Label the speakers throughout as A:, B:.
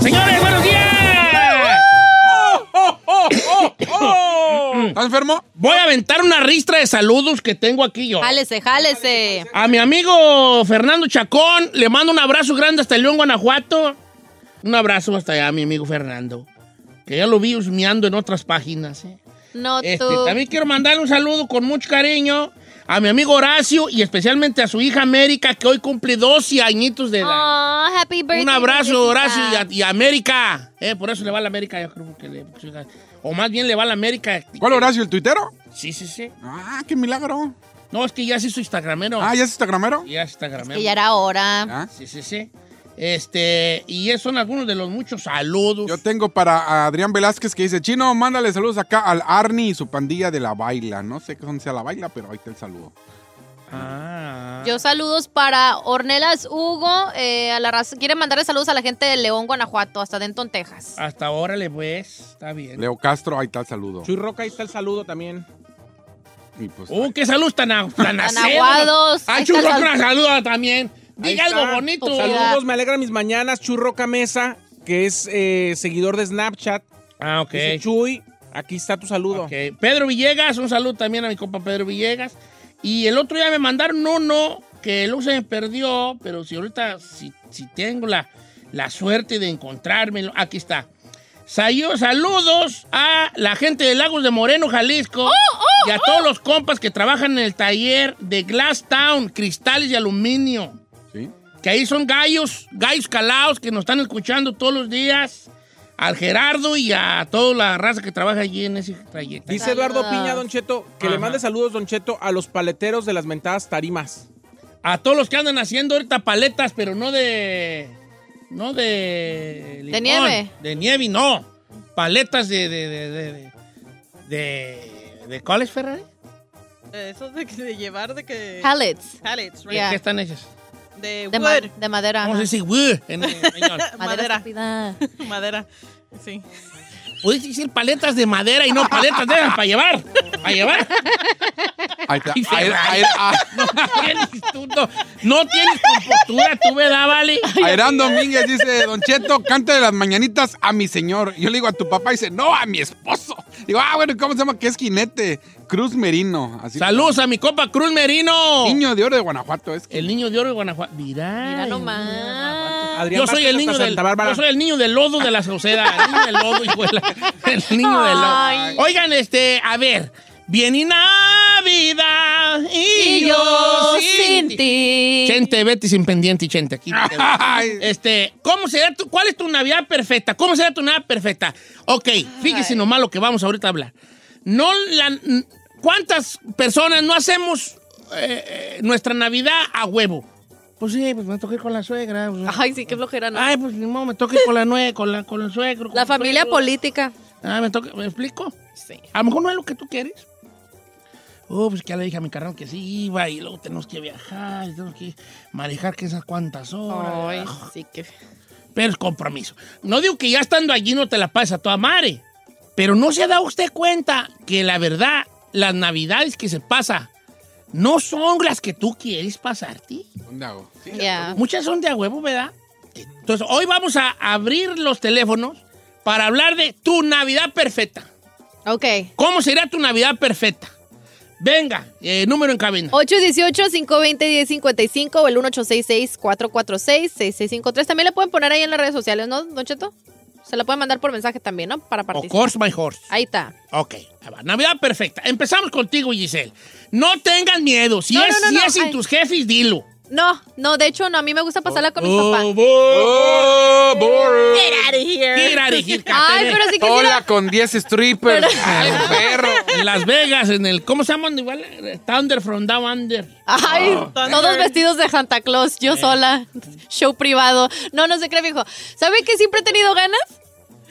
A: Señores, buenos días.
B: ¿Estás enfermo?
A: Voy a aventar una ristra de saludos que tengo aquí yo.
C: Jálese, jálese.
A: A mi amigo Fernando Chacón, le mando un abrazo grande hasta León, Guanajuato. Un abrazo hasta allá, mi amigo Fernando. Que ya lo vi husmeando en otras páginas. ¿eh?
C: No
A: Este,
C: tú.
A: también quiero mandarle un saludo con mucho cariño a mi amigo Horacio y especialmente a su hija América, que hoy cumple 12 añitos de edad.
D: Ah,
C: Oh, happy birthday.
A: Un abrazo,
C: bebecita.
A: Horacio, y, a, y a América. Eh, por eso le va a la América, yo creo que le- pues, O más bien le va a la América.
B: ¿Cuál Horacio, el tuitero?
A: Sí, sí, sí.
B: Ah, qué milagro.
A: No, es que ya se hizo Instagramero.
B: Ah, ¿ya es Instagramero?
A: Ya se Instagramero.
C: Que ya era hora.
B: Ah.
A: Sí, sí, sí. Este, y esos son algunos de los muchos saludos.
B: Yo tengo para Adrián Velázquez que dice, Chino, mándale saludos acá al Arnie y su pandilla de la baila. No sé qué son sea la baila, pero ahí está el saludo.
A: Ah.
C: Yo saludos para Ornelas Hugo. eh, a la raza- Quiere mandarle saludos a la gente de León, Guanajuato, hasta Denton, Texas.
A: Hasta ahora le pues, está bien.
B: Leo Castro, ahí está el saludo.
D: Chuy Roca, ahí está el saludo también.
B: Y pues,
A: ¡Uh, qué saludos tan, a- tan acedos!
C: aguados.
A: ¡Ay,
C: Ahí está
A: churro,
C: el sal-
A: una saluda también! Diga
D: Ahí
A: algo
D: está.
A: bonito.
C: Tu
A: Saludos.
C: ciudad.
D: Saludos, me alegra mis mañanas. Chuy Roca Mesa, que es eh, seguidor de Snapchat.
A: Ah, ok.
D: Dice, Chuy, aquí está tu saludo.
A: Ok. Pedro Villegas, un saludo también a mi compa Pedro Villegas. Y el otro día me mandaron uno que el se me perdió, pero si ahorita, si, si tengo la, la suerte de encontrármelo, aquí está. Sayo- saludos a la gente de Lagos de Moreno, Jalisco, y a todos los compas que trabajan en el taller de Glass Town, cristales y aluminio
B: ¿sí?
A: que ahí son gallos, gallos calados que nos están escuchando todos los días. Al Gerardo y a toda la raza que trabaja allí en ese trayecto.
D: Dice Eduardo
C: Saludos.
D: Piña, Don Cheto, que le
A: Ajá.
D: mande saludos, Don Cheto, a los paleteros de las mentadas tarimas.
A: A todos los que andan haciendo ahorita paletas, pero no de. No de.
C: De nieve.
A: De nieve, no. Paletas de. ¿De, de, de, de, de- de cuál es Ferrari?
E: Eh, Esos de, que- de llevar de que...
C: Pallets.
E: Pallets, right?
A: ¿De
C: Yeah.
A: ¿Qué están hechas?
E: De
C: De, ma-
E: wood.
C: de madera.
A: ¿Cómo se
C: ajá.
A: dice "Wuh" en español?
C: Madera.
E: Madera.
C: estúpida.
E: Madera. Sí.
A: Puedes Pues decir paletas de madera y no paletas de para llevar. Para llevar.
B: Ahí está.
A: Y
B: Ahí-
A: Ferrari.
B: ahí- ah,
A: No tienes, tú, no, no tienes compostura, tú, ¿verdad, Vale?
B: Airán Domínguez dice, Don Cheto, canta de las mañanitas a mi señor. Yo le digo a tu papá, dice, no, a mi esposo. Digo, ah, bueno, ¿cómo se llama? Que es jinete. Cruz Merino. Así
A: Saludos a mi copa Cruz Merino.
B: Niño de oro de Guanajuato es.
A: El niño de oro de Guanajuato. Mirá.
C: Mira
A: el niño de
C: nomás.
A: Guanajuato.
D: Adrián
A: Yo soy,
D: Vázquez
A: el niño
D: hasta
A: del,
D: Santa Bárbara.
A: yo soy el niño del lodo de la sociedad. El niño del lodo, hijuela. El niño del
C: Ay.
A: lodo. Oigan, este, a ver. Viene Navidad y,
C: Y yo sin ti.
A: Chente, vete sin pendiente, Chente. Aquí te veo.
B: Ay.
A: Este, ¿cómo será tu, cuál es tu Navidad perfecta? ¿Cómo será tu Navidad perfecta? Ok, fíjese nomás lo que vamos ahorita a hablar. No la- ¿Cuántas personas no hacemos eh, eh, nuestra Navidad a huevo? Pues sí, pues me toqué con la suegra. pues,
E: Ay, sí, qué flojera,
A: ay, pues ni modo, me toqué con la nue, con la, con el suegro. con
E: La
A: el
E: familia
A: suegro.
E: política.
A: Ah, me toca, ¿me explico?
E: Sí.
A: A lo mejor no es lo que tú quieres. Oh, pues que ya le dije a mi carnal que sí iba y luego tenemos que viajar, y tenemos que manejar que esas cuantas horas.
E: Ay, sí que...
A: Pero es compromiso. No digo que ya estando allí no te la pasa a toda madre. Pero no se da usted cuenta que la verdad, las navidades que se pasa no son las que tú quieres pasarte.
B: ¿Dónde hago? Sí.
C: Yeah.
A: Muchas son de a huevo, ¿verdad? Entonces, hoy vamos a abrir los teléfonos para hablar de tu Navidad perfecta.
C: Ok.
A: ¿Cómo sería tu Navidad perfecta? Venga, eh, número en cabina.
C: 818-520-1055 o el 1866-446-6653. También le pueden poner ahí en las redes sociales, ¿no, Don Cheto? Se la pueden mandar por mensaje también, ¿no? Para
A: Of
C: participar.
A: course, my horse.
C: Ahí está.
A: Ok, ahí va. Navidad perfecta. Empezamos contigo, Giselle. No tengan miedo. Si
C: No,
A: es,
C: no, no,
A: si
C: no.
A: es sin
C: Ay.
A: tus jefes, dilo.
C: No, no, de hecho, no. A mí me gusta pasarla con mis papás.
B: ¡Oh, boy!
E: Get out of here.
A: Mira, Rigil,
C: Ay,
A: Catene.
C: pero sí que sí
B: Hola
C: la-
B: con 10 strippers. ¡Al perro!
A: En Las Vegas, en el. ¿Cómo se llama? donde igual? eh, Thunder from Down Under. Oh.
C: Ay, todos
E: Thunder.
C: vestidos de Santa Claus, yo sola, show privado. No, no se cree, hijo. ¿Sabe que siempre he tenido ganas?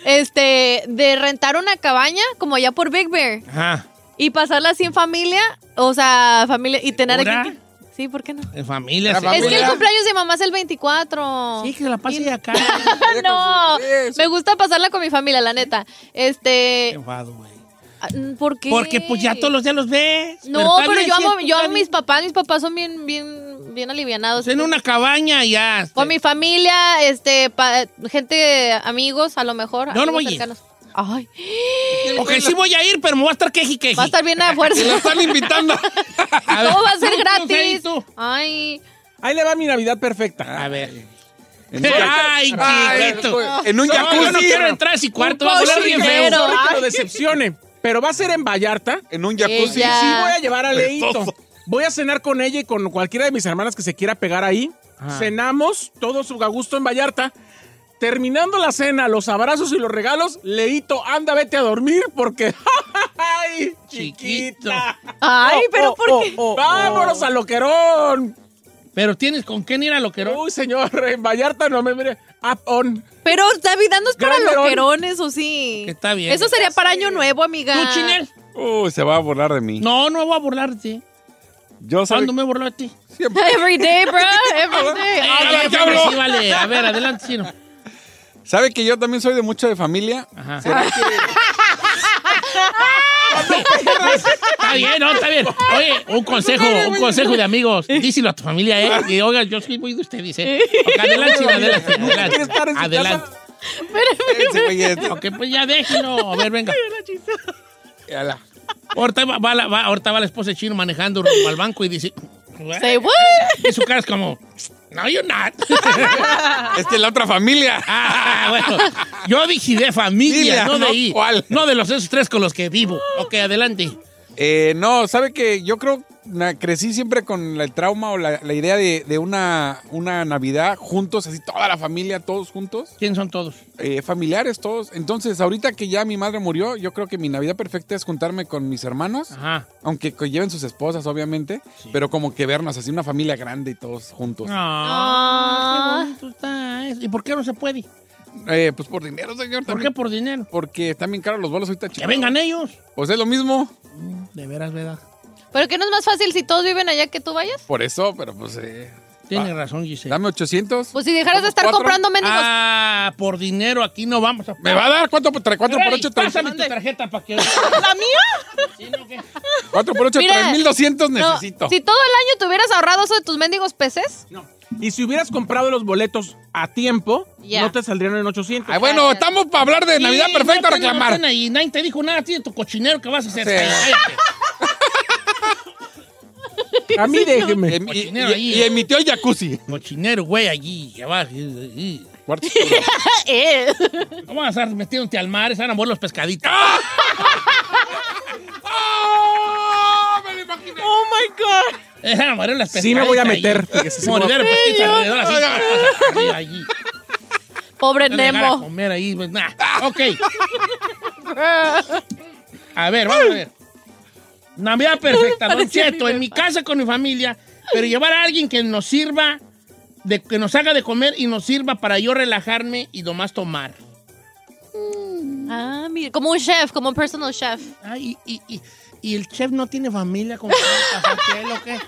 C: Este, de rentar una cabaña como allá por Big Bear
A: Ajá.
C: y pasarla así en familia, o sea, familia y tener
A: ¿Segura?
C: aquí. Sí, ¿por qué no?
A: En familia.
B: La
A: sí.
C: Es que el
B: Familia.
C: cumpleaños de mamá es el 24.
A: Sí, que la pase acá.
C: no, me gusta pasarla con mi familia, la neta. Este,
A: Enfado, güey.
C: ah, ¿por qué?
A: Porque pues ya todos los días los ves.
C: No,
A: está
C: pero
A: bien,
C: yo
A: sí,
C: amo,
A: está
C: yo amo
A: bien.
C: mis papás, mis papás son bien, bien, bien alivianados.
A: Pues, En una cabaña y ya. este,
C: Con mi familia, este, pa- gente, amigos, a lo mejor.
A: Yo no
C: amigos
A: voy a ir.
C: cercanos. Ay,
A: Ok, sí voy a ir, pero me voy a estar queji queji.
C: va a estar bien a
B: Y lo
C: fuerza.
B: están invitando.
A: A ver.
C: Todo va a ser
A: Tú, tú,
C: gratis.
A: Feito.
C: Ay,
D: Ahí le va mi Navidad perfecta.
A: A ver.
B: En un
A: Ay,
B: jacuzzi. Ay, pues,
A: chiquito.
B: En un
A: No, yo no
B: jacuzzi.
A: quiero entrar a ese cuarto. Va a
C: pozo
A: volar bien
C: dinero.
A: feo.
D: Sorry que lo decepcione, pero va a ser en Vallarta.
B: En un jacuzzi.
C: Ella.
D: Sí, voy a llevar a Leito.
B: Pestoso.
D: Voy a cenar con ella y con cualquiera de mis hermanas que se quiera pegar ahí. Cenamos, todo su a gusto en Vallarta. Terminando la cena, los abrazos y los regalos, Leito, anda, vete a dormir porque... ¡Ay, chiquita!
C: ay,
D: Oh,
C: pero
D: oh,
C: ¿por
D: oh,
C: qué?
D: oh, ¡Vámonos a loquerón!
A: Pero tienes con quién ir a loquerón.
D: Uy, señor, en Vallarta no me mire. Up on.
C: Pero David, danos para
D: Gran Verón.
C: loquerones, o sí.
A: Que está bien.
C: Eso sería para Año Nuevo,
A: ¿Tú,
C: amiga.
A: Chinel?
B: Uy, se va a burlar de mí.
A: No, no voy a burlarte.
B: Yo sabe-
A: ¿Cuándo me burló de ti?
B: siempre.
C: Every day, bro. Every day.
A: Ah,
B: ya,
A: sí,
B: ya habló.
A: sí, vale. A ver, adelante, chino.
B: ¿Sabe que yo también soy de mucho de familia?
A: Ajá.
B: ¿Será que
A: Está bien, no, está bien. Oye, un consejo, un consejo de amigos. Díselo a tu familia, ¿eh? Y oiga, yo soy muy de ustedes, ¿eh? Ok, adelante, chino, adelante.
D: ¿Quieres
A: Adelante.
D: estar en su
A: adelante.
D: casa?
B: Fíjense, güey,
A: Ok, pues ya déjenlo. A ver, venga.
B: ala.
A: Ahorita va, va la, va- ahorita va la esposa de chino manejando rumbo al banco y dice.
C: Say what?
A: Y su cara es como. No, you're not.
B: Esta es la otra familia.
A: Ah, bueno. Yo dije de
B: Familia,
A: familia, no de
B: ¿no?
A: ahí.
B: ¿Cuál?
A: No de los esos tres con los que vivo. Ok, adelante.
B: Eh, no, sabe que yo creo na- crecí siempre con la- el trauma o la, la idea de, de una, una Navidad juntos, así toda la familia, todos juntos,
A: ¿Quién son todos?
B: eh, familiares todos. Entonces, ahorita que ya mi madre murió, yo creo que mi Navidad perfecta es juntarme con mis hermanos,
A: Ajá.
B: aunque co- lleven sus esposas, obviamente, pero como que vernos así una familia grande y todos juntos.
A: Ah, qué bonito está eso. ¿Y por qué no se puede?
B: Eh, pues por dinero, señor.
A: ¿Por qué
B: también.
A: por dinero?
B: Porque están bien caros los bolos ahorita,
A: Que
B: chicos.
A: vengan ellos. Mm,
B: Pues es lo mismo.
A: De veras, ¿verdad?
C: ¿Pero qué no es más fácil si todos viven allá que tú vayas?
B: Por eso, pero pues eh,
A: Tienes razón, Giselle.
B: dame 800.
C: Pues si dejaras de estar
B: ¿Cuatro?
C: comprando mendigos.
A: Ah, por dinero aquí no vamos a.
B: ¿Me va a dar cuánto por 3? 4 por
A: Ey,
B: 8,
A: Pásame tu
E: Mande.
A: tarjeta para que.
E: ¿La mía?
B: 4 por 8,
C: Mira,
B: 3200
C: No,
B: necesito.
C: si todo el año te hubieras ahorrado eso de tus mendigos peces,
D: Y si hubieras comprado los boletos a tiempo,
C: Ya.
D: no te saldrían en 800.
B: Ay, bueno,
C: Gracias.
B: estamos para hablar de Navidad
A: Sí,
B: perfecta
A: no, ten-
B: reclamar.
A: no, ten ahí, nadie te dijo nada a ti de tu cochinero que vas a hacer.
B: Sí.
A: Cállate.
D: A mí déjeme.
B: Em- y,
A: Cochinero
B: y-
A: ahí. ¿eh?
B: y emitió el jacuzzi.
A: Cochinero, güey, allí, que vas. y-
B: Cuarto oscuro.
C: eh,
A: y- ¿Cómo vas a estar metiéndote al mar? Se van a morir los pescaditos.
B: ¡Ah! ¡Me lo imaginé!
E: Oh my God.
A: Eh, Se van a morir las pescaditas.
D: Sí me voy a
A: ahí.
D: meter. porque sí se me va a-
A: Morir los pescaditos alrededor así. arriba, allí.
C: pobre
A: Van a llegar a
C: Nemo.
A: comer ahí, pues, nah.
D: Ah.
A: Ok. A ver, vamos a ver. Navidad perfecta, Don
C: Parecía mi
A: Cheto, en mi casa con mi familia, pero llevar a alguien que nos sirva, de, que nos haga de comer y nos sirva para yo relajarme y nomás tomar.
C: Ah, mira, como un chef, como un personal chef.
A: Ay, Ah, y, y- y- y el chef no tiene familia con qué lo que.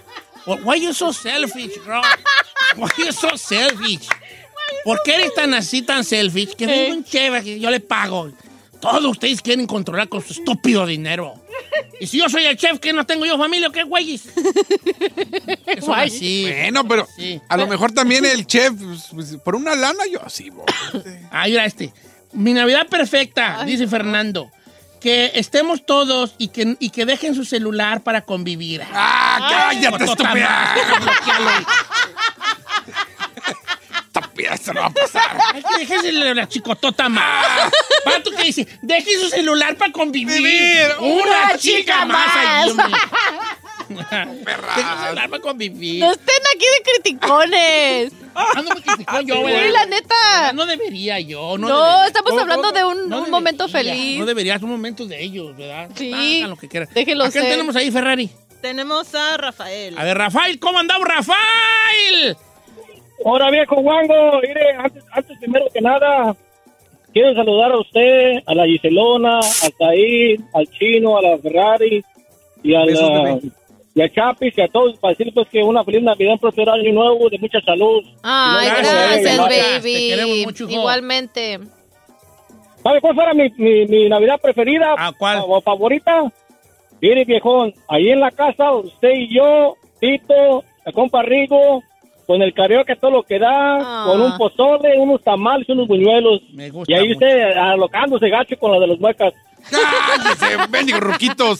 A: Why you so selfish, bro? Why you so selfish? ¿Por qué eres tan así, tan selfish? Que venga un chef aquí, yo le pago. Todos ustedes quieren controlar con su estúpido dinero. Y si yo soy el chef, ¿qué no tengo yo familia o qué, güeyes? Que son así.
B: Bueno, pero
A: Sí.
B: a lo mejor también el chef, pues, pues, por una lana yo sí, voy.
A: Ah, este. Ahí era este. Mi Navidad perfecta, dice Fernando. que estemos todos y que, y que dejen su celular para convivir.
B: ¡Ah, cállate, estúpida! Estúpida, eso no va a pasar.
A: Hay que dejarse la, la chicotota
D: Ah.
A: más. Pato que dice, deje su celular para convivir.
B: Vivir,
A: Una, chica más. Ay, Dios mío. Deje su
B: Perra.
A: celular para convivir.
C: No estén aquí de criticones.
A: Ando muy criticado yo,
C: Sí,
A: ¿verdad?
C: la neta.
A: No debería yo. No,
C: No,
A: debería.
C: estamos
A: No,
C: hablando de un,
A: no
C: un
A: debería,
C: momento feliz.
A: No debería, es un momento de ellos, ¿verdad?
C: Sí.
A: Ah, hagan lo que quieran.
C: Déjenlo
A: ¿A quién
C: ser.
A: tenemos ahí, Ferrari?
E: Tenemos a Rafael.
A: A ver, Rafael, ¿cómo andamos, Rafael?
F: Ahora viejo Wango, mire, antes, antes primero que nada, quiero saludar a usted, a la Giselona, al Tair, al Chino, a la Ferrari y a,
B: Besos,
F: la,
B: bebé.
F: y a Chapis y a todos para decir pues que una feliz Navidad, un próspero año nuevo, de mucha salud.
C: Ay,
A: Gracias,
C: gracias,
A: gracias.
C: baby.
A: Te queremos mucho, hijo.
C: Igualmente.
F: ¿Sabe cuál fuera mi, mi- mi Navidad preferida?
A: Ah, ¿cuál?
F: O favorita. Mire, viejón, ahí en la casa, usted y yo, Tito, la compa Rigo, con el karaoke todo lo que da,
C: Ah.
F: con un pozole, unos tamales, unos buñuelos.
A: Me gusta
F: Y ahí
A: mucho.
F: usted alocándose gacho con la de los muecas.
B: ¡Cállese, bendigo ruquitos!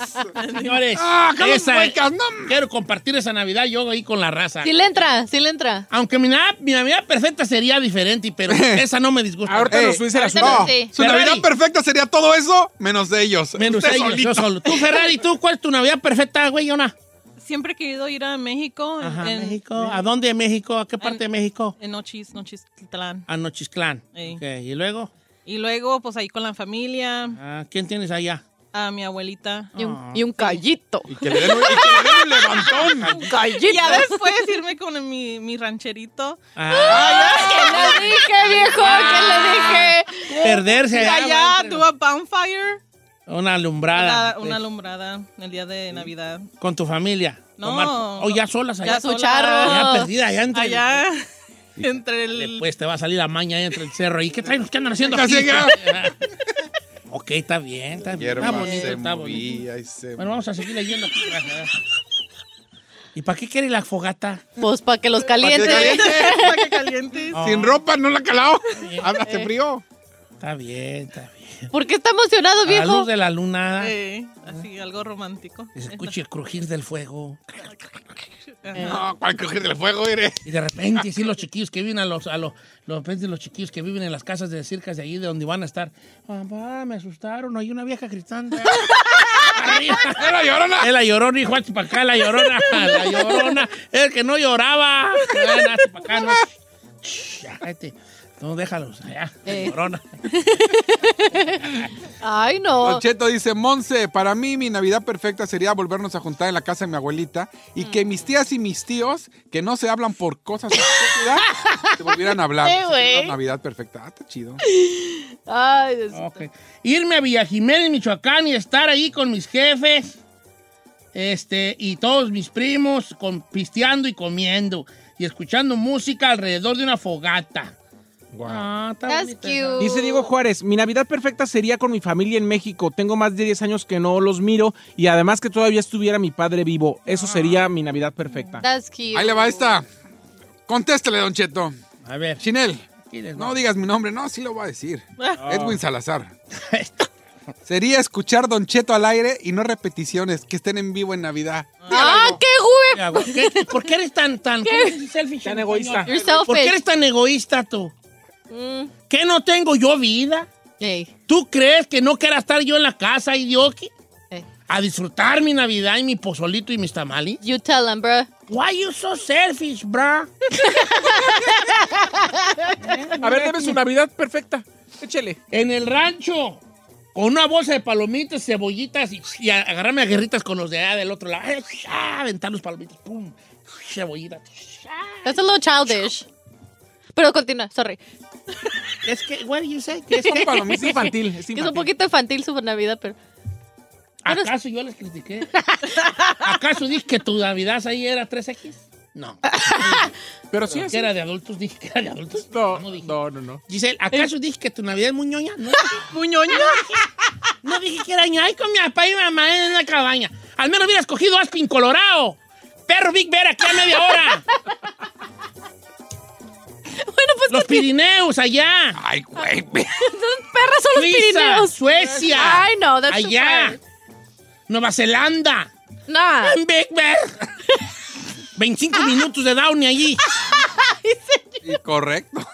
A: Señores,
B: ¡Ah, Carlos
A: esa-
B: Huecas, no!
A: quiero compartir esa Navidad yo ahí con la raza.
C: Sí le entra, sí le entra.
A: Aunque mi Navidad, mi Navidad perfecta sería diferente, pero esa no me disgusta.
D: Ahorita
B: Ey,
D: nos subiste el
C: ahorita
D: asunto.
B: No,
C: Sí.
B: su
A: Ferrari.
B: Navidad perfecta sería todo eso, menos de ellos.
A: Menos
B: Usted
A: ellos, yo
B: solito.
A: solo. Tú, Ferrari, ¿tú cuál es tu Navidad perfecta, güey, Yona?
E: Siempre he querido ir a México. en-
A: Ajá,
E: en,
A: México. ¿A dónde de México? ¿A qué parte de México?
E: En Nochis, Nochistlán.
A: A Nochistlán.
E: Ey.
A: Ok, ¿Y luego?
E: Y luego, pues ahí con la familia,
A: Ah, ¿Quién tienes allá? Ah,
E: a mi abuelita.
C: Y un, y un callito.
B: Y que le den un, y que le den un levantón.
E: Y ya después irme con mi, mi rancherito.
A: Ah,
C: ¿Qué le dije, viejo?
E: Ah.
C: ¿Qué le dije?
A: perderse ah,
E: Y
A: allá.
E: allá
A: va,
E: tuve a bonfire.
A: Una alumbrada.
E: Una, una
A: pues,
E: alumbrada el día de Navidad.
A: Con tu familia.
E: No.
A: Tomar- O ya solas allá.
E: Ya
C: su
E: sola.
C: charro.
A: Allá perdida, allá entre.
E: Allá entre el...
A: Después te va a salir la maña ahí entre el cerro. ¿Y qué traen? ¿Qué andan haciendo
B: Ya
A: aquí?
B: llega.
A: ok, está bien, está
B: Mi
A: bien. Está
B: hermana
A: bonito,
B: se
A: está bonito.
B: movía y se
A: Bueno, vamos a seguir leyendo. aquí. ¿Y para qué quiere la fogata?
C: Pues para que los
B: Para que
C: caliente.
B: caliente.
E: Para que calientes. Eh.
A: Ah,
B: Sin ropa, no la ha calado. Háblate frío.
A: Está bien, está bien.
C: ¿Por qué está emocionado,
A: A la luz
C: viejo?
A: de la luna,
E: Sí, así, algo romántico.
A: que se escuche el crujir del fuego.
B: Eh. No, para coger del fuego, iré.
A: Y de repente, sí, los chiquillos que viven a los, a los, los, de repente los chiquillos que viven en las casas de cerca de ahí, de donde van a estar. Mamá, me asustaron, hay una vieja cristanda. Arriba.
B: ¡Era llorona!
A: Es la llorona, hijo, hazte para acá, la llorona, la llorona. El que no lloraba. Ven, hazte pa' acá, no. Shh, ya, cállate. No, déjalos allá, la
C: Eh.
A: llorona.
C: Ay, no.
B: Don Cheto dice, Monse, para mí mi Navidad perfecta sería volvernos a juntar en la casa de mi abuelita
C: Mm.
B: y que mis tías y mis tíos, que no se hablan por cosas estúpidas, se volvieran a hablar.
C: Sí,
B: Esa sería
C: güey.
B: una Navidad perfecta. Ah, está chido.
C: Ay, Dios.
A: Ok. Irme a Villa Jiménez, Michoacán y estar ahí con mis jefes este, y todos mis primos con, pisteando y comiendo y escuchando música alrededor de una fogata. Ah, está
C: That's
A: bonita
C: cute.
A: esa.
D: Dice Diego Juárez, mi Navidad perfecta sería con mi familia en México. Tengo más de 10 años que no los miro y además que todavía estuviera mi padre vivo. Eso sería mi Navidad perfecta.
C: That's cute.
B: Ahí le
D: este.
B: va esta. Contéstale, Don Cheto.
A: A ver.
B: Chinel,
A: aquí les va.
B: no digas mi nombre. No, sí lo voy a decir.
A: Ah.
B: Edwin Salazar. Sería escuchar Don Cheto al aire y no repeticiones, que estén en vivo en Navidad.
C: ¡Ah, qué güey!
A: Ya, güey, ¿qué- ¿Por qué eres tan, tan, ¿cómo se dice selfish
D: Tan
A: en
D: egoísta.
A: español?
C: You're selfish.
A: ¿Por qué eres tan egoísta tú?
C: Mm.
A: ¿Que no tengo yo vida?
C: Ey,
A: ¿Tú crees que no quiera estar yo en la casa, idioqui?
C: ey.
A: A disfrutar mi Navidad y mi pozolito y mis tamales.
C: You tell him, bro.
A: Why you so selfish, bro?
D: A ver, debe su Navidad perfecta. Échele.
A: En el rancho, con una bolsa de palomitas, cebollitas y, y a- agarrarme a guerritas con los de allá del otro lado. Ay, ah, aventar los palomitas, pum, cebollitas.
C: That's a little childish. Pero continúa, sorry.
A: Es que, what do you say? ¿Qué es que?
D: Es infantil, es
C: Que es un
D: infantil.
C: poquito infantil su Navidad, pero.
A: ¿Acaso yo les critiqué? ¿Acaso dije que tu Navidad ahí era 3X? No.
D: Pero sí es.
A: Que era de adultos, dije que era de adultos.
D: No,
A: dije.
D: no, no, no.
A: Giselle, ¿acaso dije que tu Navidad es muy ñoña? No.
E: Muñoño.
A: No dije que era ña. Ay, con mi papá y mi mamá en la cabaña. Al menos hubieras cogido Aspin, Colorado. Perro Big Bear aquí a media hora.
C: Bueno, pues
A: Los Pirineos, allá.
B: Ay, güey. me-
C: Esas perras son los
A: Suiza,
C: Pirineos.
A: Suecia.
C: Ay, no, Oh, that's too far.
A: allá. Nueva Zelanda.
C: Nah.
A: En Big Bear. 25 minutos de Downey allí.
B: Y Correcto.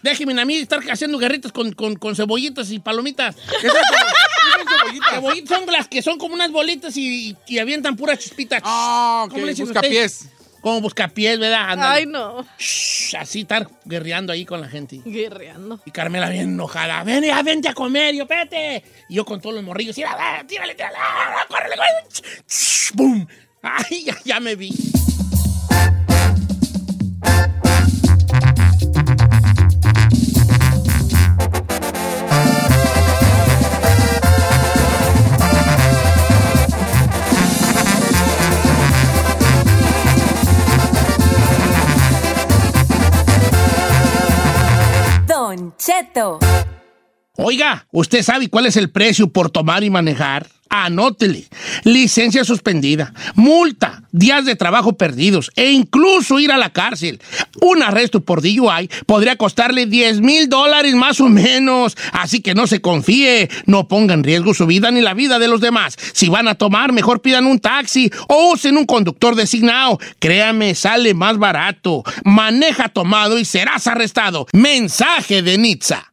A: Déjenme a mí estar haciendo guerritas con, con- con cebollitas y palomitas.
B: ¿Qué son cebo- qué son cebollitas?
A: Cebollitas son las que son como unas bolitas y, y avientan puras chispitas.
B: Ah, ok,
A: ¿Cómo le dicen
B: buscapiés.
A: Como buscapiés, ¿verdad? Ándale.
C: Ay, no.
A: Shh, así estar guerreando ahí con la gente.
C: Guerreando.
A: Y Carmela bien enojada. Ven, ya, vente a comer, yo, vete. Y yo con todos los morrillos. Tírale, va, tírale, tírale. ah, Córrele, córrele. Ch- ch- ¡Bum! Ay, ya, ya me vi.
G: Don Cheto.
A: Oiga, ¿usted sabe cuál es el precio por tomar y manejar? Anótele. Licencia suspendida, multa, días de trabajo perdidos e incluso ir a la cárcel. Un arresto por DUI podría costarle 10 mil dólares más o menos. Así que no se confíe. No ponga en riesgo su vida ni la vida de los demás. Si van a tomar, mejor pidan un taxi o usen un conductor designado. Créame, sale más barato. Maneja tomado y serás arrestado. Mensaje de Nitza.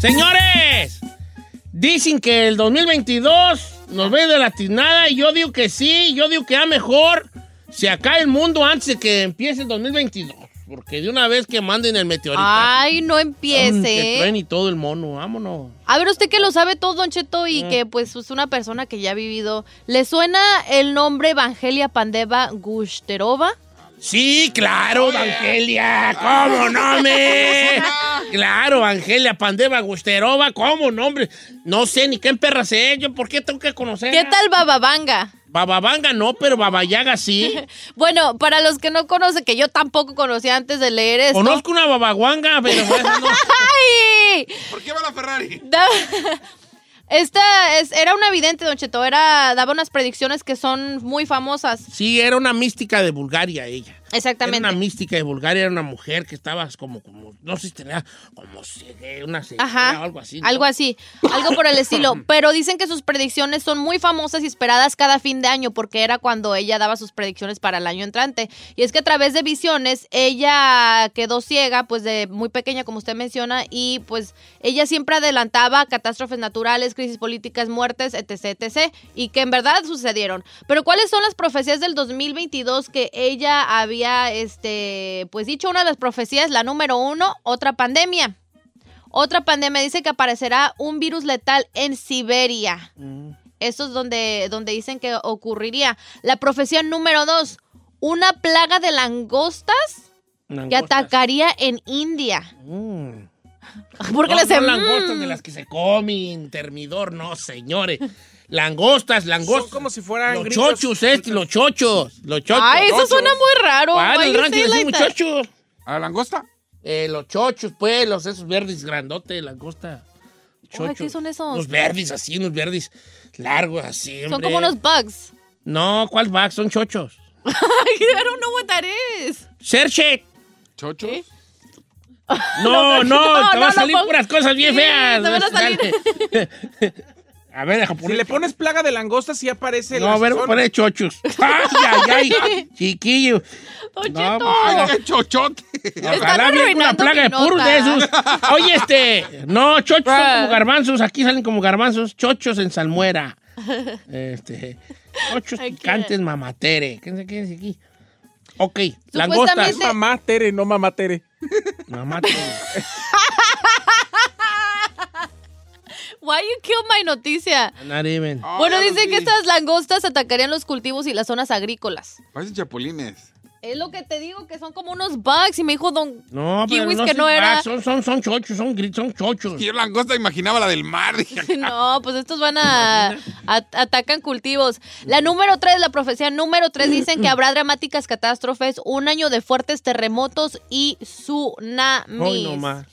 A: Señores, dicen que el 2022 nos ve de la tiznada y yo digo que sí, yo digo que a mejor se acabe el mundo antes de que empiece el 2022. Porque de una vez que manden el meteorito.
C: Ay, no
A: Que
C: empiece.
A: truene y todo el mono, vámonos.
C: A ver, usted que lo sabe todo, Don Cheto, y que pues es una persona que ya ha vivido. ¿Le suena el nombre Evangelia Pandeva Gusterova?
A: Sí, claro, Evangelia, ¿cómo no me? Claro, Evangelia Pandeva Gusterova, ¿cómo no, hombre? No sé ni qué perra sé yo, ¿por qué tengo que conocer?
C: ¿Qué tal Bababanga?
A: Bababanga no, pero Babayaga sí.
C: Bueno, para los que no conocen, que yo tampoco conocía antes de leer esto.
A: Conozco una babaguanga, pero bueno, no.
C: ¡Ay!
B: ¿Por qué va la Ferrari?
C: Da- Esta es- era una vidente, Don Cheto. Era, daba unas predicciones que son muy famosas.
A: Sí, era una mística de Bulgaria ella.
C: Exactamente.
A: Era una mística de Bulgaria, era una mujer que estabas como, como no sé si tenía como eh, una señora
C: Ajá.
A: o algo así.
C: Algo así. Algo por el estilo. Pero dicen que sus predicciones son muy famosas y esperadas cada fin de año, porque era cuando ella daba sus predicciones para el año entrante. Y es que a través de visiones, ella quedó ciega, pues de muy pequeña, como usted menciona, y pues ella siempre adelantaba catástrofes naturales, crisis políticas, muertes, etc, etc. Y que en verdad sucedieron. Pero ¿cuáles son las profecías del 2022 que ella había, este, pues dicho? Una de las profecías, la número uno, otra pandemia. Otra pandemia dice que aparecerá un virus letal en Siberia. Eso es donde, donde dicen que ocurriría. La profecía número dos, una plaga de langostas, que atacaría en India. Porque
A: Mm. no,
C: les
A: no
C: mm.
A: langostas de las que se comen, termidor, no, señores. Langostas, langostas.
D: Son como si fueran
A: los
D: grillos.
A: chochos, este, los chochos, los chochos.
C: Ay, eso
A: chochos.
C: suena muy raro.
A: Ah, en
C: Why
A: el
C: you
A: rancho
C: say
A: decimos
C: like that?
A: chochos.
B: ¿A la langosta?
A: Eh, los chochos, pues, los esos verdes grandotes, langosta.
C: Ay, ¿qué
A: chochos.
C: son esos?
A: Los verdes, así, unos verdes largos, así.
C: Son
A: hombre.
C: como unos bugs.
A: No, ¿cuál va? Son chochos.
C: I don't know what that is.
A: Serche.
B: ¿Chochos?
A: No, no,
C: No,
A: te
C: no,
A: van a
C: no
A: salir
C: pongas-
A: puras cosas bien
C: Sí,
A: feas.
C: te van a salir.
A: A ver, deja
D: Si
A: poner.
D: le pones plaga de langosta, sí aparece
A: No, a ver, voy a poner chochos. ¡Ay, ay, ay! Chiquillo.
C: Don
A: No,
C: Cheto.
A: pues,
B: ¡Qué chochote!
A: Ojalá
C: Están
A: venga una
C: arruinando
A: plaga
C: mi
A: de puros
C: nota. Ah.
A: de esos. Oye, este. No, chochos son
C: Bruh.
A: como garbanzos. Aquí salen como garbanzos. Chochos en salmuera. Este. Chochos
C: Ay, qué-
A: picantes mamatere. ¿Qué qué dice aquí? Ok,
C: Supuestamente-
A: langostas.
D: Es mamá Tere, no mamá Tere.
A: Mamatere.
C: Why you kill my noticia?
A: Not even.
B: Ah,
C: Bueno, dicen que estas langostas atacarían los cultivos y las zonas agrícolas.
B: Parecen chapulines.
C: Es lo que te digo, que son como unos bugs. Y me dijo Don
A: No, pero
C: Kiwis
A: no,
C: que
A: se-
C: no
A: ah,
C: era.
A: son, son, son chochos, son, gri- son chochos.
B: Y yo langosta imaginaba la del mar. Dije,
C: No, pues estos van a, a- atacan cultivos. La número tres, la profecía número tres, dicen que habrá dramáticas catástrofes, un año de fuertes terremotos y
A: Hoy
C: tsunamis.
A: no más.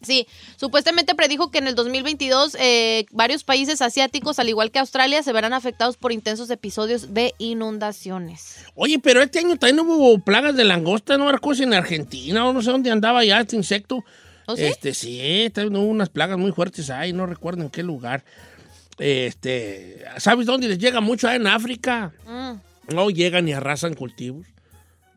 C: Sí, supuestamente predijo que en el 2022 eh, varios países asiáticos, al igual que Australia, se verán afectados por intensos episodios de inundaciones.
A: Oye, pero este año también hubo plagas de langosta, no era cosa en Argentina, o no sé dónde andaba ya este insecto.
C: ¿Oh, sí?
A: Este, sí, también hubo unas plagas muy fuertes ahí, no recuerdo en qué lugar. Este, ¿sabes dónde les llega mucho? Ah, en África.
C: Mm,
A: No llegan y arrasan cultivos.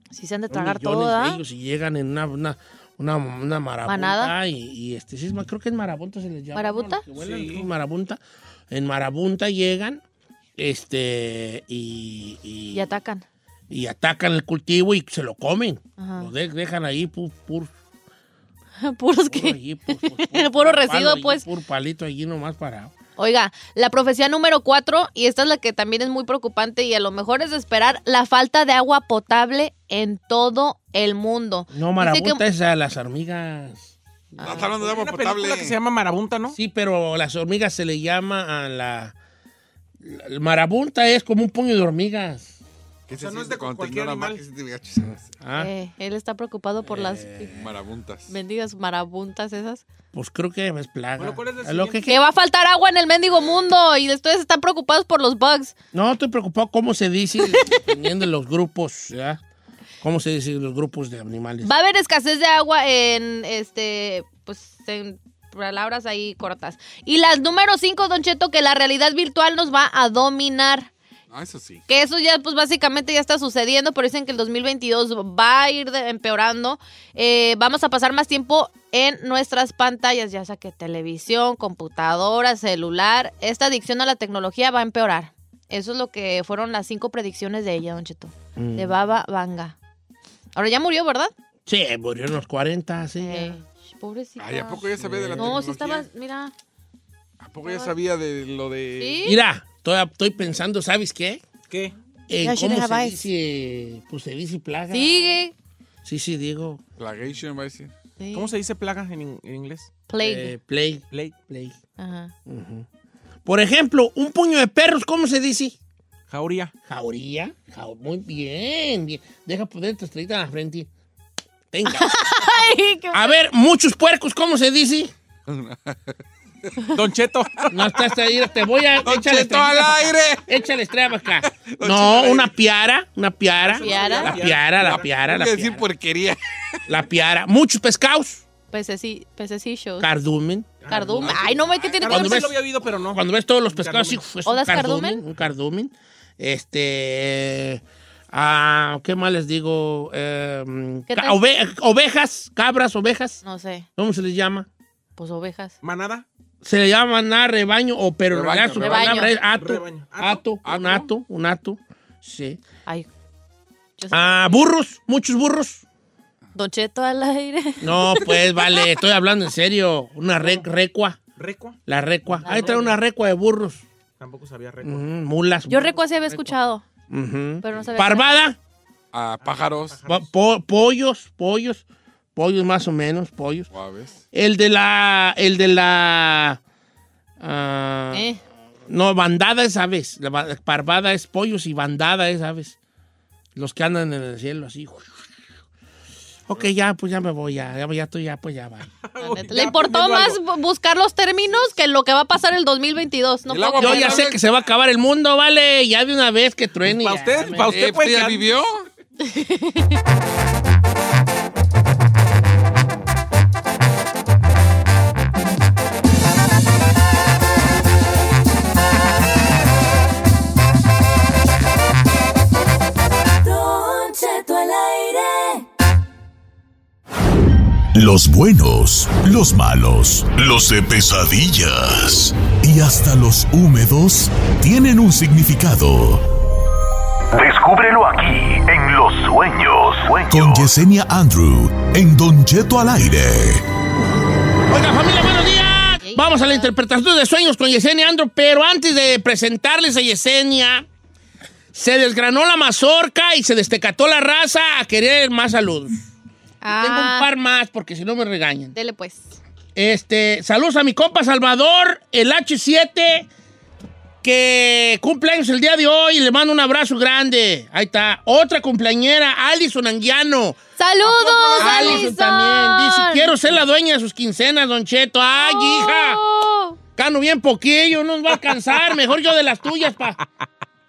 C: sí se han de
A: Son
C: tragar
A: millones
C: todo,
A: de
C: ¿ah?
A: ellos y llegan en una, una, una, una marabunta.
C: Manada.
A: Y, y, este, sí, es ma- creo que en marabunta se les llama.
C: ¿Marabunta?
A: ¿no? Los que vuelan, creo, marabunta. En marabunta llegan este, y, y,
C: Y atacan.
A: y atacan el cultivo y se lo comen.
C: Ajá.
A: Lo de- dejan ahí, pu- pur-
C: Puros
A: puro,
C: que...
A: allí, pur- pur- pur-
C: Puro
A: puro palo
C: residuo,
A: allí,
C: pues.
A: puro palito allí nomás parado.
C: Oiga, la profecía número cuatro, y esta es la que también es muy preocupante y a lo mejor es de esperar, la falta de agua potable en todo el mundo.
A: No,
C: Dice
A: marabunta ¿eh?
C: que-
A: es a las hormigas.
B: No, Ah, está hablando de
D: Hay una
B: agua
D: película que se
B: potable.
D: llama Marabunta, ¿no?
A: Sí, pero las hormigas se le llama a la... la- Marabunta es como un puño de hormigas.
B: ¿Qué
D: sea,
B: se
D: no es
B: siente
D: de
B: cuando te
D: cualquier
B: ignoran
D: animal.
B: más? ¿Qué se siente? Gacho, se me hace.
A: Ah,
C: Eh, él está preocupado por las
B: Marabuntas.
C: bendigas marabuntas esas.
A: Pues creo que es plaga.
D: Bueno, ¿cuál es la
A: A lo que-
C: Que va a faltar agua en el mendigo mundo y ustedes están preocupados por los bugs.
A: No, estoy preocupado cómo se dice, dependiendo de los grupos, ¿ya? ¿Cómo se dice los grupos de animales?
C: Va a haber escasez de agua en este, pues en palabras ahí cortas. Y las número cinco, Don Cheto, que la realidad virtual nos va a dominar.
B: Ah, eso sí.
C: Que eso ya, pues básicamente ya está sucediendo, pero dicen que el 2022 va a ir de- empeorando. Eh, vamos a pasar más tiempo en nuestras pantallas, ya sea que televisión, computadora, celular. Esta adicción a la tecnología va a empeorar. Eso es lo que fueron las cinco predicciones de ella, Don Cheto.
A: Mm.
C: De Baba Vanga. Ahora ya murió, ¿verdad?
A: Sí, murió en los 40, sí. ya.
C: Eh, pobrecita.
B: Ay, ¿a poco ya sabía de la
C: No, sí
B: tecnología?
C: estaba, mira.
B: ¿A poco ya sabía de lo de...?
C: Sí.
A: Mira, estoy, estoy pensando, ¿sabes qué?
D: ¿Qué?
A: En
C: Ya,
A: cómo
C: she
A: se
C: have eyes.
A: dice, pues se dice plaga.
C: Sigue.
A: Sí, sí, digo.
B: Plagation, va a decir.
C: Sí.
D: ¿Cómo se dice plaga en, in- en inglés?
C: Plague.
A: Eh, plague,
D: Plague.
A: plague.
C: Ajá.
A: Ujú. Por ejemplo, un puño de perros, ¿cómo se dice?
D: Jauría.
A: Jauría. jau- muy bien, bien. Deja poner tu estrellita en la frente. Venga.
C: Ay, qué-
A: A ver, muchos puercos, ¿cómo se dice?
D: Don Cheto.
A: No estás ahí, te voy a.
D: Don
A: échale
D: Cheto al
A: estrellita.
D: aire.
A: Échale estrella para acá.
D: Don Cheto
A: No,
D: al
A: una piara, una piara.
C: Piara.
A: La piara, la piara,
B: Tengo
A: la
B: que decir
A: piara.
B: porquería.
A: La piara. Muchos pescados.
C: Pececi- Pececillos.
A: Cardumen.
C: Cardumen.
B: Ah,
C: Ay, no, ¿qué tiene que
A: Cuando
C: ver?
A: ves-
D: lo había oído, pero no.
A: Cuando ves todos los pescados, sí, es un
C: ¿Odas
A: cardumen.
C: cardumen?
A: Un cardumen. Este. ah, ¿Qué más les digo? Eh,
C: ¿Qué
A: ca-
C: tal?
A: ove- ovejas, cabras, ovejas.
C: No sé.
A: ¿Cómo se les llama?
C: Pues ovejas.
D: ¿Manada?
A: Se le llama nada rebaño, o pero en
B: Rebaño,
A: realidad su
C: rebaño.
A: palabra es ato,
D: Rebaño.
A: ato, un ato, un ato. Sí.
C: Ay. Yo sé-
A: Ah, burros, muchos burros.
C: Don Cheto al aire.
A: No, pues vale, estoy hablando en serio. Una re- recua,
D: ¿Recua?
A: la recua.
C: La
A: Ahí trae una recua de burros.
D: Tampoco sabía
A: Ujú,
D: recua.
A: mulas.
C: Yo
A: burros.
C: recuerdo si había escuchado,
A: Ujú.
C: pero no sabía.
A: Parvada,
B: A pájaros.
A: pa- po- pollos, pollos, pollos más o menos, pollos.
B: Guaves.
A: El de la, el de la, ah,
C: Eh,
A: no, bandada es aves, la ba- parvada es pollos y bandada es aves. Los que andan en el cielo así. Ok, ya, pues ya me voy, ya, ya, ya estoy, ya, pues ya va.
C: la neta. Le importó más bu- buscar los términos que lo que va a pasar el 2022. No
B: El
C: puedo
B: agua
A: Yo
C: creer.
A: ya sé que se va a acabar el mundo, vale, ya de una vez que truene.
D: Para
A: ya,
D: usted,
A: me-
D: para usted,
B: Eh,
D: pues.
B: ¿usted ya
D: ya-
B: vivió?
G: Don Cheto al aire.
H: Los buenos, los malos, los de pesadillas y hasta los húmedos tienen un significado.
I: Descúbrelo aquí en Los Sueños.
H: Con Yesenia Andrew en Don Cheto al aire.
A: Oiga, familia, buenos días. Vamos a la interpretación de sueños con Yesenia Andro, pero antes de presentarles a Yesenia, se desgranó la mazorca y se destecató la raza a querer más salud.
C: Ah,
A: Tengo un par más porque si no me regañan.
C: Dele pues.
A: Este, saludos a mi compa Salvador, el H7, que cumple años el día de hoy. Le mando un abrazo grande. Ahí está. Otra cumpleañera, Alison Anguiano.
C: ¡Saludos,
A: Alison
C: Alison!
A: también. Dice, quiero ser la dueña de sus quincenas, Don Cheto. ¡Ay, hija!
C: Oh,
A: Cano bien poquillo, no nos va a alcanzar. Mejor yo de las tuyas, pa.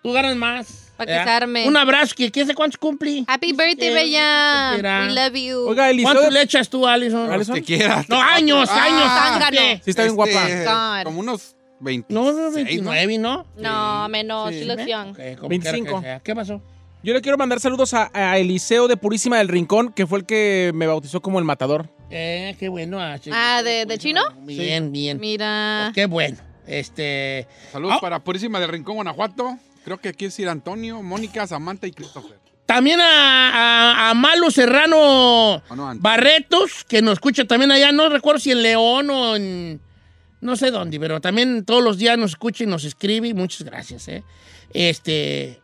A: Tú ganas más.
C: Pa'
A: ¿verdad?
C: quizarme.
A: Un abrazo, que quién sabe cuántos cumplí.
C: ¡Happy birthday,
A: Quiero,
C: Bella!
A: espera.
C: We love you.
D: Oiga, Eliseo.
A: ¿Cuántos le echas tú, Alison?
D: ¿Alison?
B: Que quiera.
A: No, años,
C: Ah,
A: años.
C: zángano.
D: Sí, está bien guapa.
B: Este,
C: God.
B: Como unos 20.
A: No, no, 29, ¿no?
C: no, menos.
B: Sí.
C: She looks young.
A: Ok, como
D: 25.
A: quiera que sea. ¿Qué pasó?
D: Yo le quiero mandar saludos a, a Eliseo de Purísima del Rincón, que fue el que me bautizó como el matador.
A: Eh, qué bueno. Ah, sí.
C: Ah, ¿de- de chino?
A: Bien, bien.
C: Mira.
A: Qué bueno. Este.
B: Ah. Saludos
A: Ah.
B: para Purísima del Rincón, Guanajuato. Creo que aquí es ir Antonio, Mónica, Samantha y Christopher.
A: También a, a, a Malo Serrano
B: Ah, no, Ant-
A: Barretos, que nos escucha también allá, no recuerdo si en León o en no sé dónde, pero también todos los días nos escucha y nos escribe y muchas gracias, ¿eh? Este,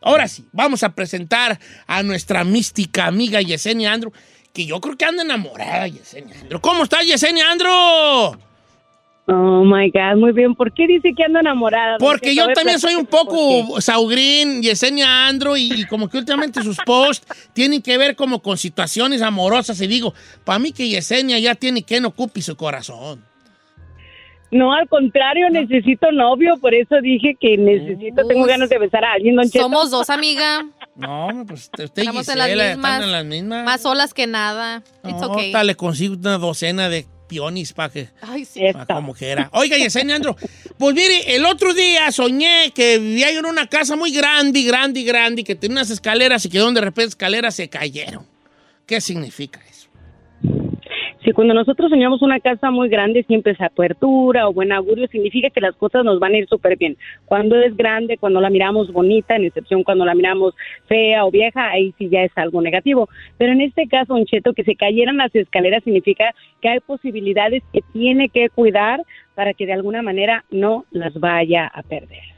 A: ahora sí, vamos a presentar a nuestra mística amiga Yesenia Andro, que yo creo que anda enamorada de Yesenia Andro. ¿Cómo está Yesenia Andro?
J: Oh my God, muy bien. ¿Por qué dice que ando enamorada?
A: Porque yo
J: A ver,
A: también soy un
J: platíqueme, ¿por qué?
A: poco Saugrín, Yesenia Andro, y, y como que últimamente sus posts tienen que ver como con situaciones amorosas. Y digo, para mí que Yesenia ya tiene quien ocupe su corazón.
J: No, al contrario, necesito novio. Por eso dije que necesito, tengo
C: Uy.
J: ganas de besar a alguien, don Cheto.
C: Eh. Somos dos, amiga.
A: No, pues usted y
C: Estamos en las
A: Gisela están
C: mismas.
A: en las mismas.
C: Más solas que nada. It's
A: No,
C: okay.
A: ahorita le consigo una docena de pionis para que...
C: Ay, sí.
A: pa'
J: Esta.
A: como que era. Oiga, Yesenia Andro, pues mire, el otro día soñé que vivía yo en una casa muy grande, grande, grande, que tenía unas escaleras y que donde de repente escaleras se cayeron. ¿Qué significa eso?
J: Sí, cuando nosotros soñamos una casa muy grande, siempre es apertura o buen augurio, significa que las cosas nos van a ir súper bien. Cuando es grande, cuando la miramos bonita, en excepción cuando la miramos fea o vieja, ahí sí ya es algo negativo. Pero en este caso, un cheto, que se cayeran las escaleras significa que hay posibilidades que tiene que cuidar para que de alguna manera no las vaya a perder.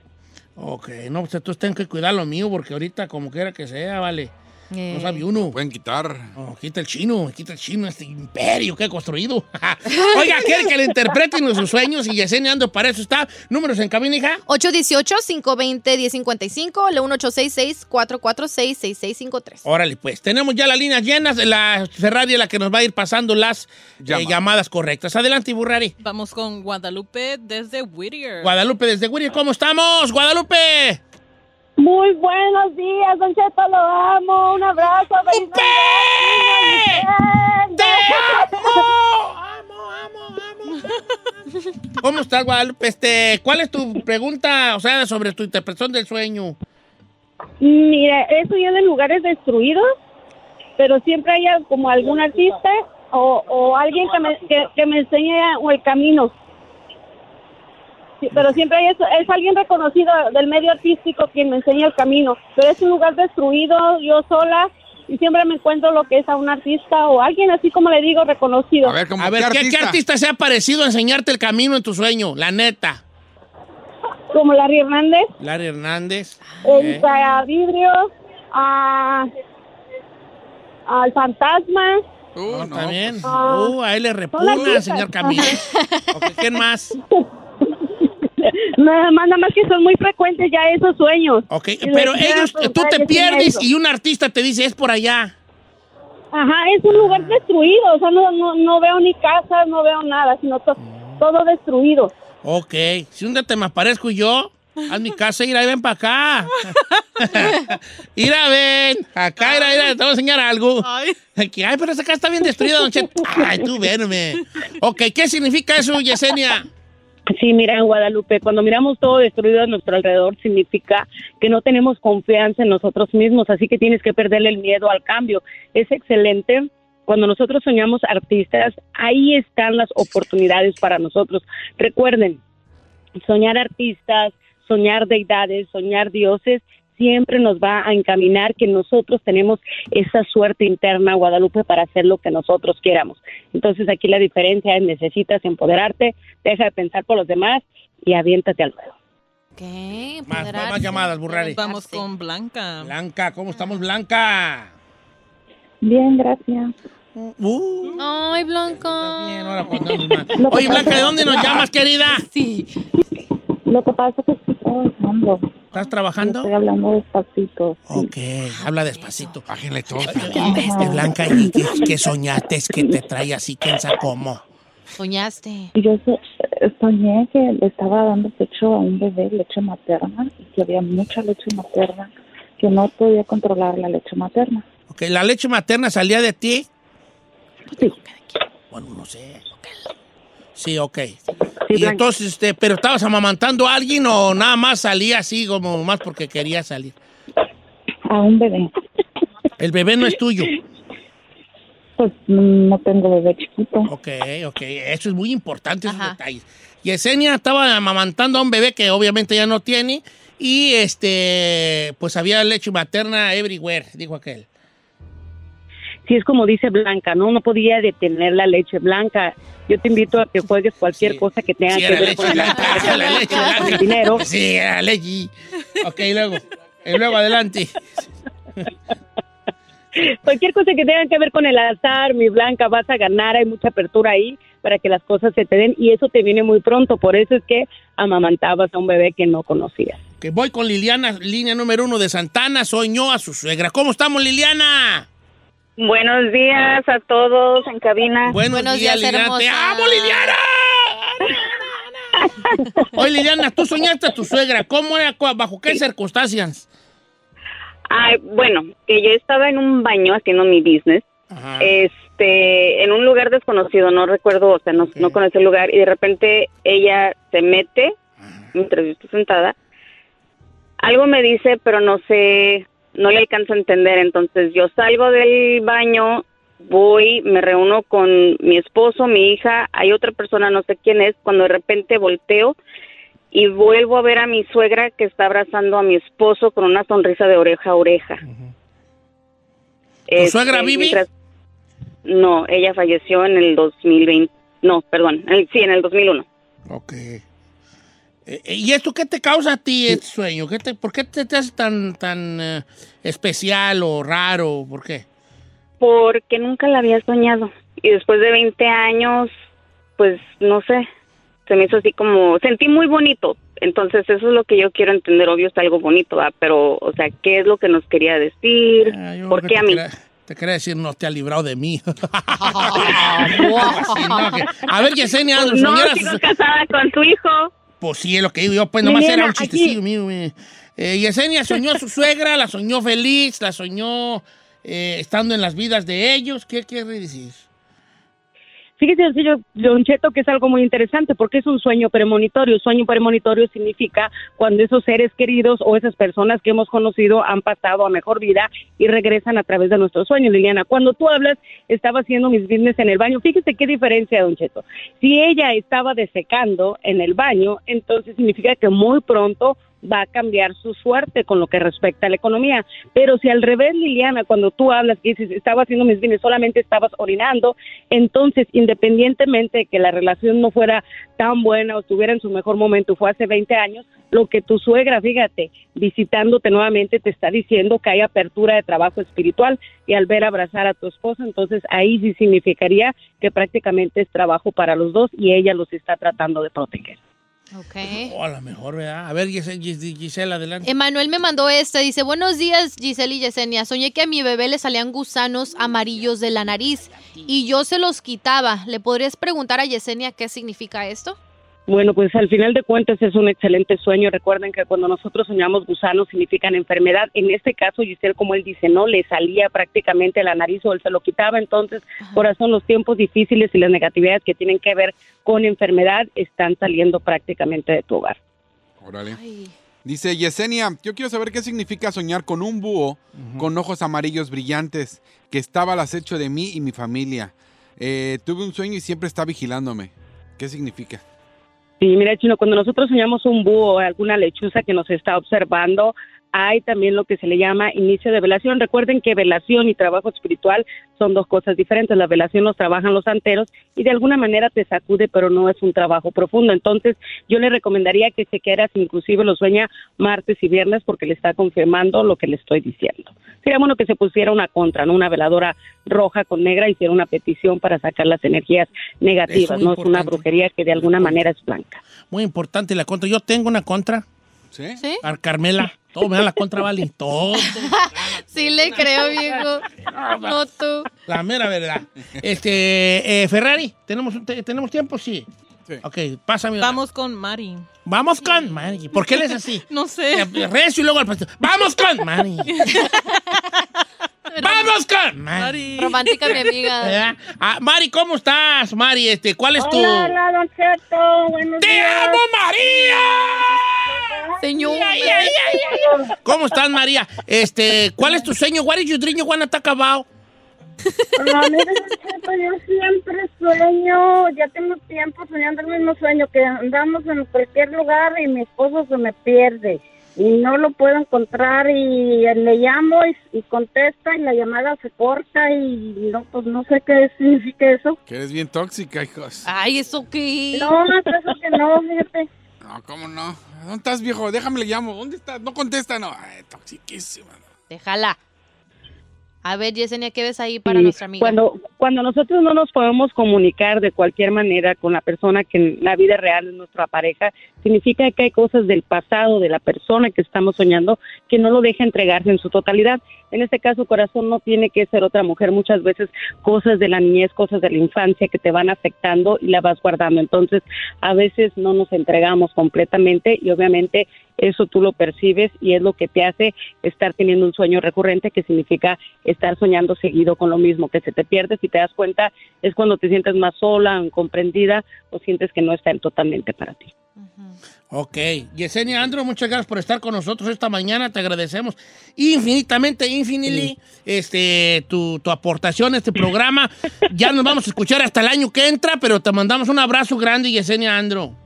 A: Ok, no, pues entonces tengo que cuidar lo mío porque ahorita como quiera que sea, vale. No sabe uno.
B: Pueden quitar.
A: quita el chino, quita el chino, este imperio que he construido. Oiga, quiere que le interpreten nuestros sueños y Yesenia ando para eso está. Números en cabina, hija.
C: 818-520-1055, la 1866-446-6653.
A: Órale, pues, tenemos ya las líneas llenas. La Ferrari es la que nos va a ir pasando las eh, llamadas correctas. Adelante, Burrari.
E: Vamos con Guadalupe desde Whittier.
A: Guadalupe desde Guiri, ¿cómo estamos? Guadalupe.
K: Muy buenos días, Don Cheto, lo amo. Un abrazo. ¡Upe!
A: ¡Te ¿Cómo estás, Guadalupe? Este, ¿Cuál es tu pregunta, o sea, sobre tu interpretación del sueño?
K: Mira, he estudiado en lugares destruidos, pero siempre hay al- como algún artista o, o alguien que me, que, que me enseñe o el camino. Sí, pero siempre hay eso, es alguien reconocido del medio artístico quien me enseña el camino. Pero es un lugar destruido, yo sola, y siempre me encuentro lo que es a un artista o alguien así como le digo, reconocido.
A: A ver,
K: qué
A: ¿qué,
K: artista?
A: qué artista se ha parecido a enseñarte el camino en tu sueño? La neta.
K: Como Larry Hernández,
A: Larry Hernández.
K: el
A: Eh,
K: Vidrio, a, al Fantasma.
A: no, está bien.
K: Ah.
A: Uh, a él le
K: Son
A: repugna,
K: las
A: señor Camino. Ok, ¿Quién más?
K: Nada más, nada más que son muy frecuentes ya esos sueños.
A: Ok, Pero ellos,
K: pues
A: tú te pierdes y un artista te dice, es por allá.
K: Ajá, es un
A: Ah.
K: lugar destruido, o sea, no, no, no veo ni casas, no veo nada, sino to-
A: Mm.
K: todo destruido.
A: Ok, si un día te me aparezco yo, a mi casa, ir ahí, ven para acá. ir a ven, acá, ir a ven, te voy a enseñar algo. Ay, Ay pero esa casa está bien destruida, don Cheto. Ay, tú verme. Ok, ¿qué significa eso, Yesenia?
K: Sí, mira, en Guadalupe, cuando miramos todo destruido a nuestro alrededor, significa que no tenemos confianza en nosotros mismos, así que tienes que perderle el miedo al cambio. Es excelente. Cuando nosotros soñamos artistas, ahí están las oportunidades para nosotros. Recuerden, soñar artistas, soñar deidades, soñar dioses, siempre nos va a encaminar que nosotros tenemos esa suerte interna, Guadalupe, para hacer lo que nosotros queramos. Entonces aquí la diferencia es necesitas empoderarte, deja de pensar por los demás y aviéntate al ruedo.
A: Más, más, más llamadas, Burrari.
E: Vamos con Blanca.
A: Blanca, ¿cómo estamos, Blanca?
L: Bien, gracias.
A: Uh,
C: Ay, Blanca.
A: ahora pongamos más. Oye, Blanca, ¿de dónde nos llamas, querida?
C: Sí.
L: Lo que pasa es que estoy trabajando.
A: ¿Estás trabajando?
L: Estoy hablando despacito.
A: Ok, habla despacito.
B: Bájenle todo.
A: Este, Blanca, ¿y qué, qué soñaste? Es que te trae así, quién sabe cómo.
C: Soñaste.
L: Y Yo so- soñé que le estaba dando pecho a un bebé, leche materna, y que había mucha leche materna, que no podía controlar la leche materna.
A: Ok, ¿la leche materna salía de ti?
L: Sí.
A: Bueno, no sé. Sí, ok. y
L: Blanca.
A: entonces, este, ¿pero estabas amamantando a alguien o nada más salía así como más porque quería salir?
L: A un bebé.
A: El bebé no es tuyo.
L: Pues mm, no tengo bebé chiquito.
A: Ok, ok. Eso es muy importante, esos detalles. Yesenia estaba amamantando a un bebé que obviamente ya no tiene y, este, pues había leche materna everywhere, dijo aquel.
K: Si es como dice Blanca, ¿no? No podía detener la leche blanca. Yo te invito a que juegues cualquier cosa que tenga
A: Sí,
K: que
A: era
K: ver
A: leche
K: con la
A: blanca, era la leche blanca.
K: Dinero.
A: Sí, era leche. Ok, y luego, y luego adelante.
K: Cualquier cosa que tenga que ver con el azar, mi Blanca, vas a ganar. Hay mucha apertura ahí para que las cosas se te den y eso te viene muy pronto. Por eso es que amamantabas a un bebé que no conocías.
A: Que voy con Liliana, línea número uno de Santana, soñó a su suegra. ¿Cómo estamos, Liliana?
M: Buenos días a todos en cabina.
A: Buenos, días, Liliana. ¡Te amo, Liliana! Oye, Liliana, tú soñaste a tu suegra. ¿Cómo era? ¿Cu- ¿Bajo qué circunstancias?
M: Ay, bueno, que yo estaba en un baño haciendo mi business, este, en un lugar desconocido, no recuerdo, o sea, no, no conocí el lugar, y de repente ella se mete, mientras yo estoy sentada, algo me dice, pero no sé, no le alcanzo a entender, entonces yo salgo del baño, voy, me reúno con mi esposo, mi hija, hay otra persona, no sé quién es, cuando de repente volteo, y vuelvo a ver a mi suegra que está abrazando a mi esposo con una sonrisa de oreja a oreja. Este,
A: suegra vive?
M: mientras- No, ella falleció en el 2020. No, perdón, en el- sí, en el 2001.
A: Ok. Eh, eh, ¿Y esto qué te causa a ti, este sueño? ¿Qué te, ¿Por qué te, te hace tan, tan eh, especial o raro? ¿Por qué?
M: Porque nunca la había soñado. Y después de 20 años, pues no sé, se me hizo así como, sentí muy bonito. Entonces eso es lo que yo quiero entender, obvio es algo bonito, ¿va? pero, o sea, ¿qué es lo que nos quería decir?
A: Ah, yo
M: ¿Por
A: creo
M: qué
A: que
M: a mí?
A: te quería- Te quería decir, no te ha librado de mí. Pues Sí, no, que- a ver, Yesenia Anderson.
M: Pues No,
A: era-
M: sigo casada con tu hijo.
A: Pues sí, es lo que digo yo, pues nomás
M: Milena,
A: era un
M: aquí.
A: chistecillo mío. eh. Eh, Yesenia soñó a su suegra, la soñó feliz, la soñó eh, estando en las vidas de ellos. ¿Qué quiere decir?
K: Fíjese, señor Don Cheto, que es algo muy interesante porque es un sueño premonitorio. Sueño premonitorio significa cuando esos seres queridos o esas personas que hemos conocido han pasado a mejor vida y regresan a través de nuestros sueños. Liliana, cuando tú hablas, estaba haciendo mis business en el baño. Fíjese qué diferencia, Don Cheto. Si ella estaba desecando en el baño, entonces significa que muy pronto va a cambiar su suerte con lo que respecta a la economía. Pero si al revés, Liliana, cuando tú hablas y dices, estaba haciendo mis bienes, solamente estabas orinando, entonces, independientemente de que la relación no fuera tan buena o estuviera en su mejor momento, fue hace 20 años, lo que tu suegra, fíjate, visitándote nuevamente, te está diciendo que hay apertura de trabajo espiritual y al ver abrazar a tu esposo, entonces ahí sí significaría que prácticamente es trabajo para los dos y ella los está tratando de proteger.
C: Ok.
A: O Oh, a lo mejor, ¿verdad? A ver, Gise- Gis- Gisela, adelante.
C: Emanuel me mandó este, dice, buenos días Giselle y Yesenia, soñé que a mi bebé le salían gusanos amarillos de la nariz y yo se los quitaba. ¿Le podrías preguntar a Yesenia qué significa esto?
K: Bueno, pues al final de cuentas es un excelente sueño. Recuerden que cuando nosotros soñamos gusanos significan enfermedad. En este caso, Giselle, como él dice, no le salía prácticamente la nariz o él se lo quitaba. Entonces, corazón, los tiempos difíciles y las negatividades que tienen que ver con enfermedad están saliendo prácticamente de tu hogar.
B: Órale. Dice Yesenia, yo quiero saber qué significa soñar con un búho con ojos amarillos brillantes que estaba al acecho de mí y mi familia. Eh, tuve un sueño y siempre está vigilándome. ¿Qué significa?
K: Sí, mira, Chino, cuando nosotros soñamos un búho o alguna lechuza que nos está observando, hay también lo que se le llama inicio de velación. Recuerden que velación y trabajo espiritual son dos cosas diferentes. La velación los trabajan los santeros y de alguna manera te sacude, pero no es un trabajo profundo. Entonces, yo le recomendaría que se quieras, inclusive lo sueña martes y viernes porque le está confirmando lo que le estoy diciendo. Sería bueno que se pusiera una contra, ¿no? Una veladora roja con negra, hiciera una petición para sacar las energías negativas,
A: muy
K: ¿no? Es una
A: importante.
K: brujería que de alguna manera es blanca.
A: Muy importante la contra. Yo tengo una contra.
B: ¿Sí?
C: ¿Sí?
A: Car- Carmela. Todo me da la contra, vale. Todo.
C: Sí le creo, viejo. No tú.
A: La mera verdad. Este, eh, Ferrari, ¿tenemos, un te- ¿tenemos tiempo? Sí. Ok, pásame. una.
E: Vamos con Mari.
A: Vamos con Mari. ¿Por qué le es así?
E: No sé.
A: Eh, Recio y luego al pastor. ¡Vamos con Mari! ¡Vamos con Mari!
C: Romántica, mi amiga.
A: ¿Verdad? Ah, Mari, ¿cómo estás, Mari? Este, ¿Cuál es tu...?
N: Hola, hola, Don Cheto. Buenos
A: ¡Te
N: días.
A: amo, María!
C: Señor.
A: Ay, ay, ay, ay, ay. ¿Cómo estás, María? Este, ¿Cuál es tu sueño? ¿Cuál es tu sueño? Juan acabado.
N: Ah, mire, Don Cheto, yo siempre sueño, ya tengo tiempo soñando el mismo sueño, que andamos en cualquier lugar y mi esposo se me pierde y no lo puedo encontrar y le llamo y, y contesta y la llamada se corta y no, pues no sé qué significa eso.
B: Que eres bien tóxica, hijos.
C: Ay, ¿eso qué?
N: No, no, eso que no, fíjate.
B: No, ¿cómo no? ¿Dónde estás, viejo? Déjame le llamo. ¿Dónde estás? No contesta, no. Ay, toxiquísima.
C: Déjala. A ver, Yesenia, ¿qué ves ahí para
K: Sí,
C: nuestra amiga?
K: Cuando, cuando nosotros no nos podemos comunicar de cualquier manera con la persona que en la vida real es nuestra pareja, significa que hay cosas del pasado de la persona que estamos soñando que no lo deja entregarse en su totalidad. En este caso, corazón no tiene que ser otra mujer. Muchas veces cosas de la niñez, cosas de la infancia que te van afectando y la vas guardando. Entonces, a veces no nos entregamos completamente y obviamente eso tú lo percibes y es lo que te hace estar teniendo un sueño recurrente que significa estar soñando seguido con lo mismo, que se te pierdes y te das cuenta es cuando te sientes más sola, incomprendida o sientes que no están totalmente para ti.
A: Ok. Yesenia Andro, muchas gracias por estar con nosotros esta mañana. Te agradecemos infinitamente, infinitely, este, tu, tu aportación a este programa. ya nos vamos a escuchar hasta el año que entra, pero te mandamos un abrazo grande, Yesenia Andro.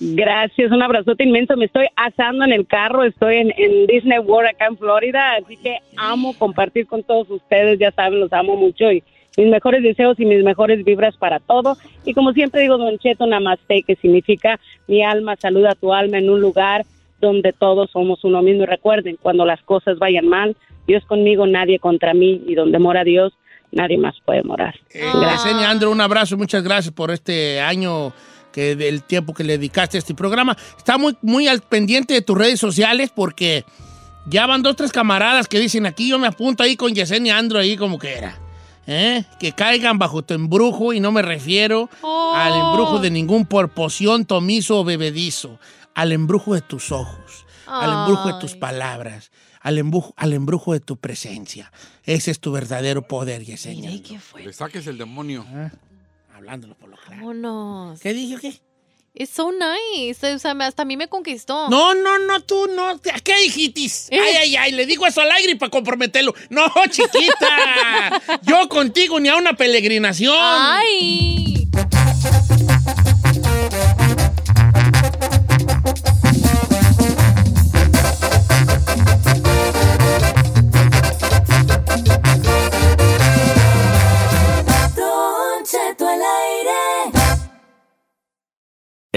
K: Gracias, un abrazote inmenso. Me estoy asando en el carro, estoy en, en Disney World acá en Florida, así que amo compartir con todos ustedes, ya saben, los amo mucho y
J: mis mejores deseos y mis mejores vibras para todo. Y como siempre digo, Don Cheto Namaste, que significa mi alma saluda a tu alma en un lugar donde todos somos uno mismo. Y recuerden, cuando las cosas vayan mal, Dios conmigo, nadie contra mí. Y donde mora Dios, nadie más puede morar.
A: Eh, Yesenia Andro, un abrazo, muchas gracias por este año que del tiempo que le dedicaste a este programa. Está muy, muy al pendiente de tus redes sociales porque ya van dos, tres camaradas que dicen aquí, yo me apunto ahí con Yesenia Andro ahí como que era. ¿eh? Que caigan bajo tu embrujo y no me refiero
C: Oh.
A: al embrujo de ningún por poción, tomizo o bebedizo, al embrujo de tus ojos, al embrujo de tus palabras, al embrujo, al embrujo de tu presencia. Ese es tu verdadero poder, Yesenia.
B: Le saques el demonio.
A: Ah. Hablándolo por lo claro.
C: Vámonos.
A: ¿Qué dije qué?
C: It's so nice. O sea, me- hasta a mí me conquistó.
A: No, no, no, tú no. ¿Qué qué hijitis? Ay, ay, ay, le digo eso al aire para comprometerlo. No, chiquita. Yo contigo ni a una peregrinación.
C: Ay.
G: Don Cheto al aire.